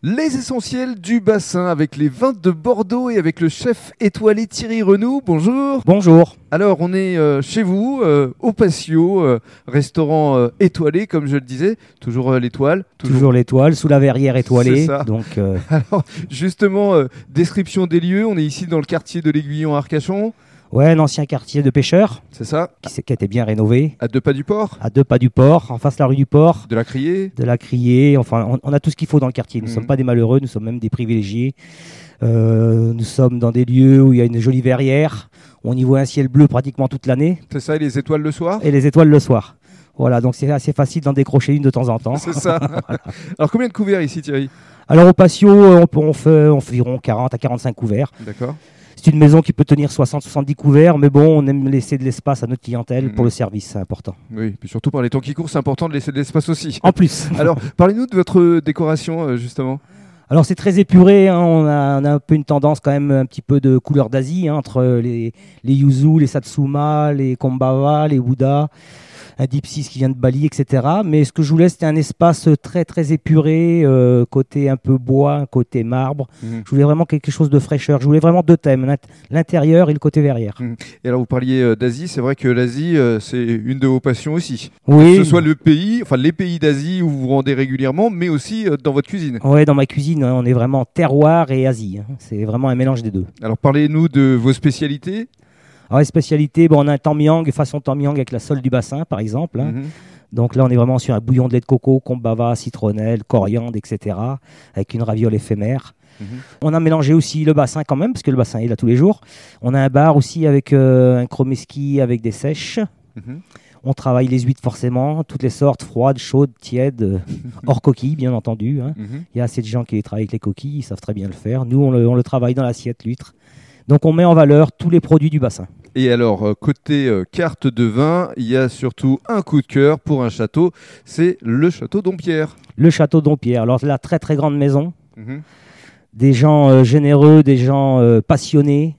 Les essentiels du bassin avec les vins de Bordeaux et avec le chef étoilé Thierry Renou. Bonjour. Bonjour. Alors, on est euh, chez vous, euh, au patio, euh, restaurant euh, étoilé, comme je le disais. Toujours euh, l'étoile. Toujours l'étoile, sous la verrière C'est étoilée. ça. Donc, euh, Justement, euh, description des lieux. On est ici dans le quartier de l'Aiguillon à Arcachon. ouais, un ancien quartier de pêcheurs C'est ça qui, s'est- qui a été bien rénové, À deux pas du port à deux pas du port, en face de la rue du port, De la criée de la criée. Enfin, on, on a tout ce qu'il faut dans le quartier. Nous ne Mhm. sommes pas des malheureux, nous sommes même des privilégiés. Euh, nous sommes dans des lieux où il y a une jolie verrière. On y voit un ciel bleu pratiquement toute l'année C'est ça, et les étoiles le soir et les étoiles le soir. Voilà, donc c'est assez facile d'en décrocher une de temps en temps. C'est ça. Alors, combien de couverts ici, Thierry Alors au patio, euh, on, peut- on fait environ 40 à 45 couverts. D'accord. C'est une maison qui peut tenir 60-70 couverts, mais bon, on aime laisser de l'espace à notre clientèle Mhm. pour le service, c'est important. Oui, puis surtout par les temps qui courent, c'est important de laisser de l'espace aussi. En plus. Alors, parlez-nous de votre décoration, euh, justement. Alors c'est très épuré, hein, on, a, on a un peu une tendance quand même un petit peu de couleur d'Asie, hein, entre les, les Yuzu, les Satsuma, les Kombawa, les Wuda, un Deep Six qui vient de Bali, etc. Mais ce que je voulais, c'était un espace très très épuré, euh, côté un peu bois, côté marbre. Je voulais vraiment quelque chose de fraîcheur, je voulais vraiment deux thèmes, l'int- l'intérieur et le côté verrière. Et alors, vous parliez euh, d'Asie. C'est vrai que l'Asie, euh, c'est une de vos passions aussi. Oui. Que ce soit le pays, enfin les pays d'Asie où vous vous rendez régulièrement, mais aussi euh, dans votre cuisine. Ouais, dans ma cuisine, hein, on est vraiment terroir et Asie. hein. C'est vraiment un mélange des deux. Alors, parlez-nous de vos spécialités. Alors, les spécialités, bon, on a un tamiang, façon tamiang avec la sole du bassin, par exemple. hein. Mhm. Donc là, on est vraiment sur un bouillon de lait de coco, combava, citronnelle, coriandre, etc. Avec une raviole éphémère. Mhm. On a mélangé aussi le bassin quand même, parce que le bassin est là tous les jours. On a un bar aussi avec euh, un chromeski avec des sèches. Mhm. On travaille les huîtres forcément, toutes les sortes, froides, chaudes, tièdes, euh, hors coquille bien entendu. hein. Mhm. Il y a assez de gens qui travaillent avec les coquilles, ils savent très bien le faire. Nous, on le, on le travaille dans l'assiette, l'huître. Donc, on met en valeur tous les produits du bassin. Et alors, euh, côté euh, carte de vin, il y a surtout un coup de cœur pour un château. C'est le château Dompierre. Le château Dompierre, alors la très très grande maison, Mhm. des gens euh, généreux, des gens euh, passionnés.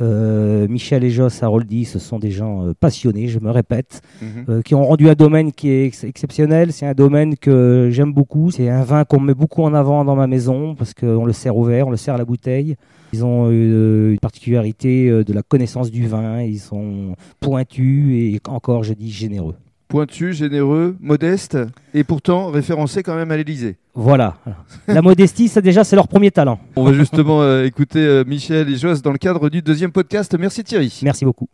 Euh, Michel et Joss Haroldi, ce sont des gens euh, passionnés, je me répète, Mhm. euh, qui ont rendu un domaine qui est ex- exceptionnel. C'est un domaine que j'aime beaucoup. C'est un vin qu'on met beaucoup en avant dans ma maison parce qu'on le sert au verre, on le sert à la bouteille. Ils ont euh, une particularité euh, de la connaissance du vin. Ils sont pointus et encore, je dis, généreux. Pointu, généreux, modeste, et pourtant référencé quand même à l'Élysée. Voilà. La modestie, ça déjà, c'est leur premier talent. On va justement euh, écouter euh, Michel et Joss dans le cadre du deuxième podcast. Merci Thierry. Merci beaucoup.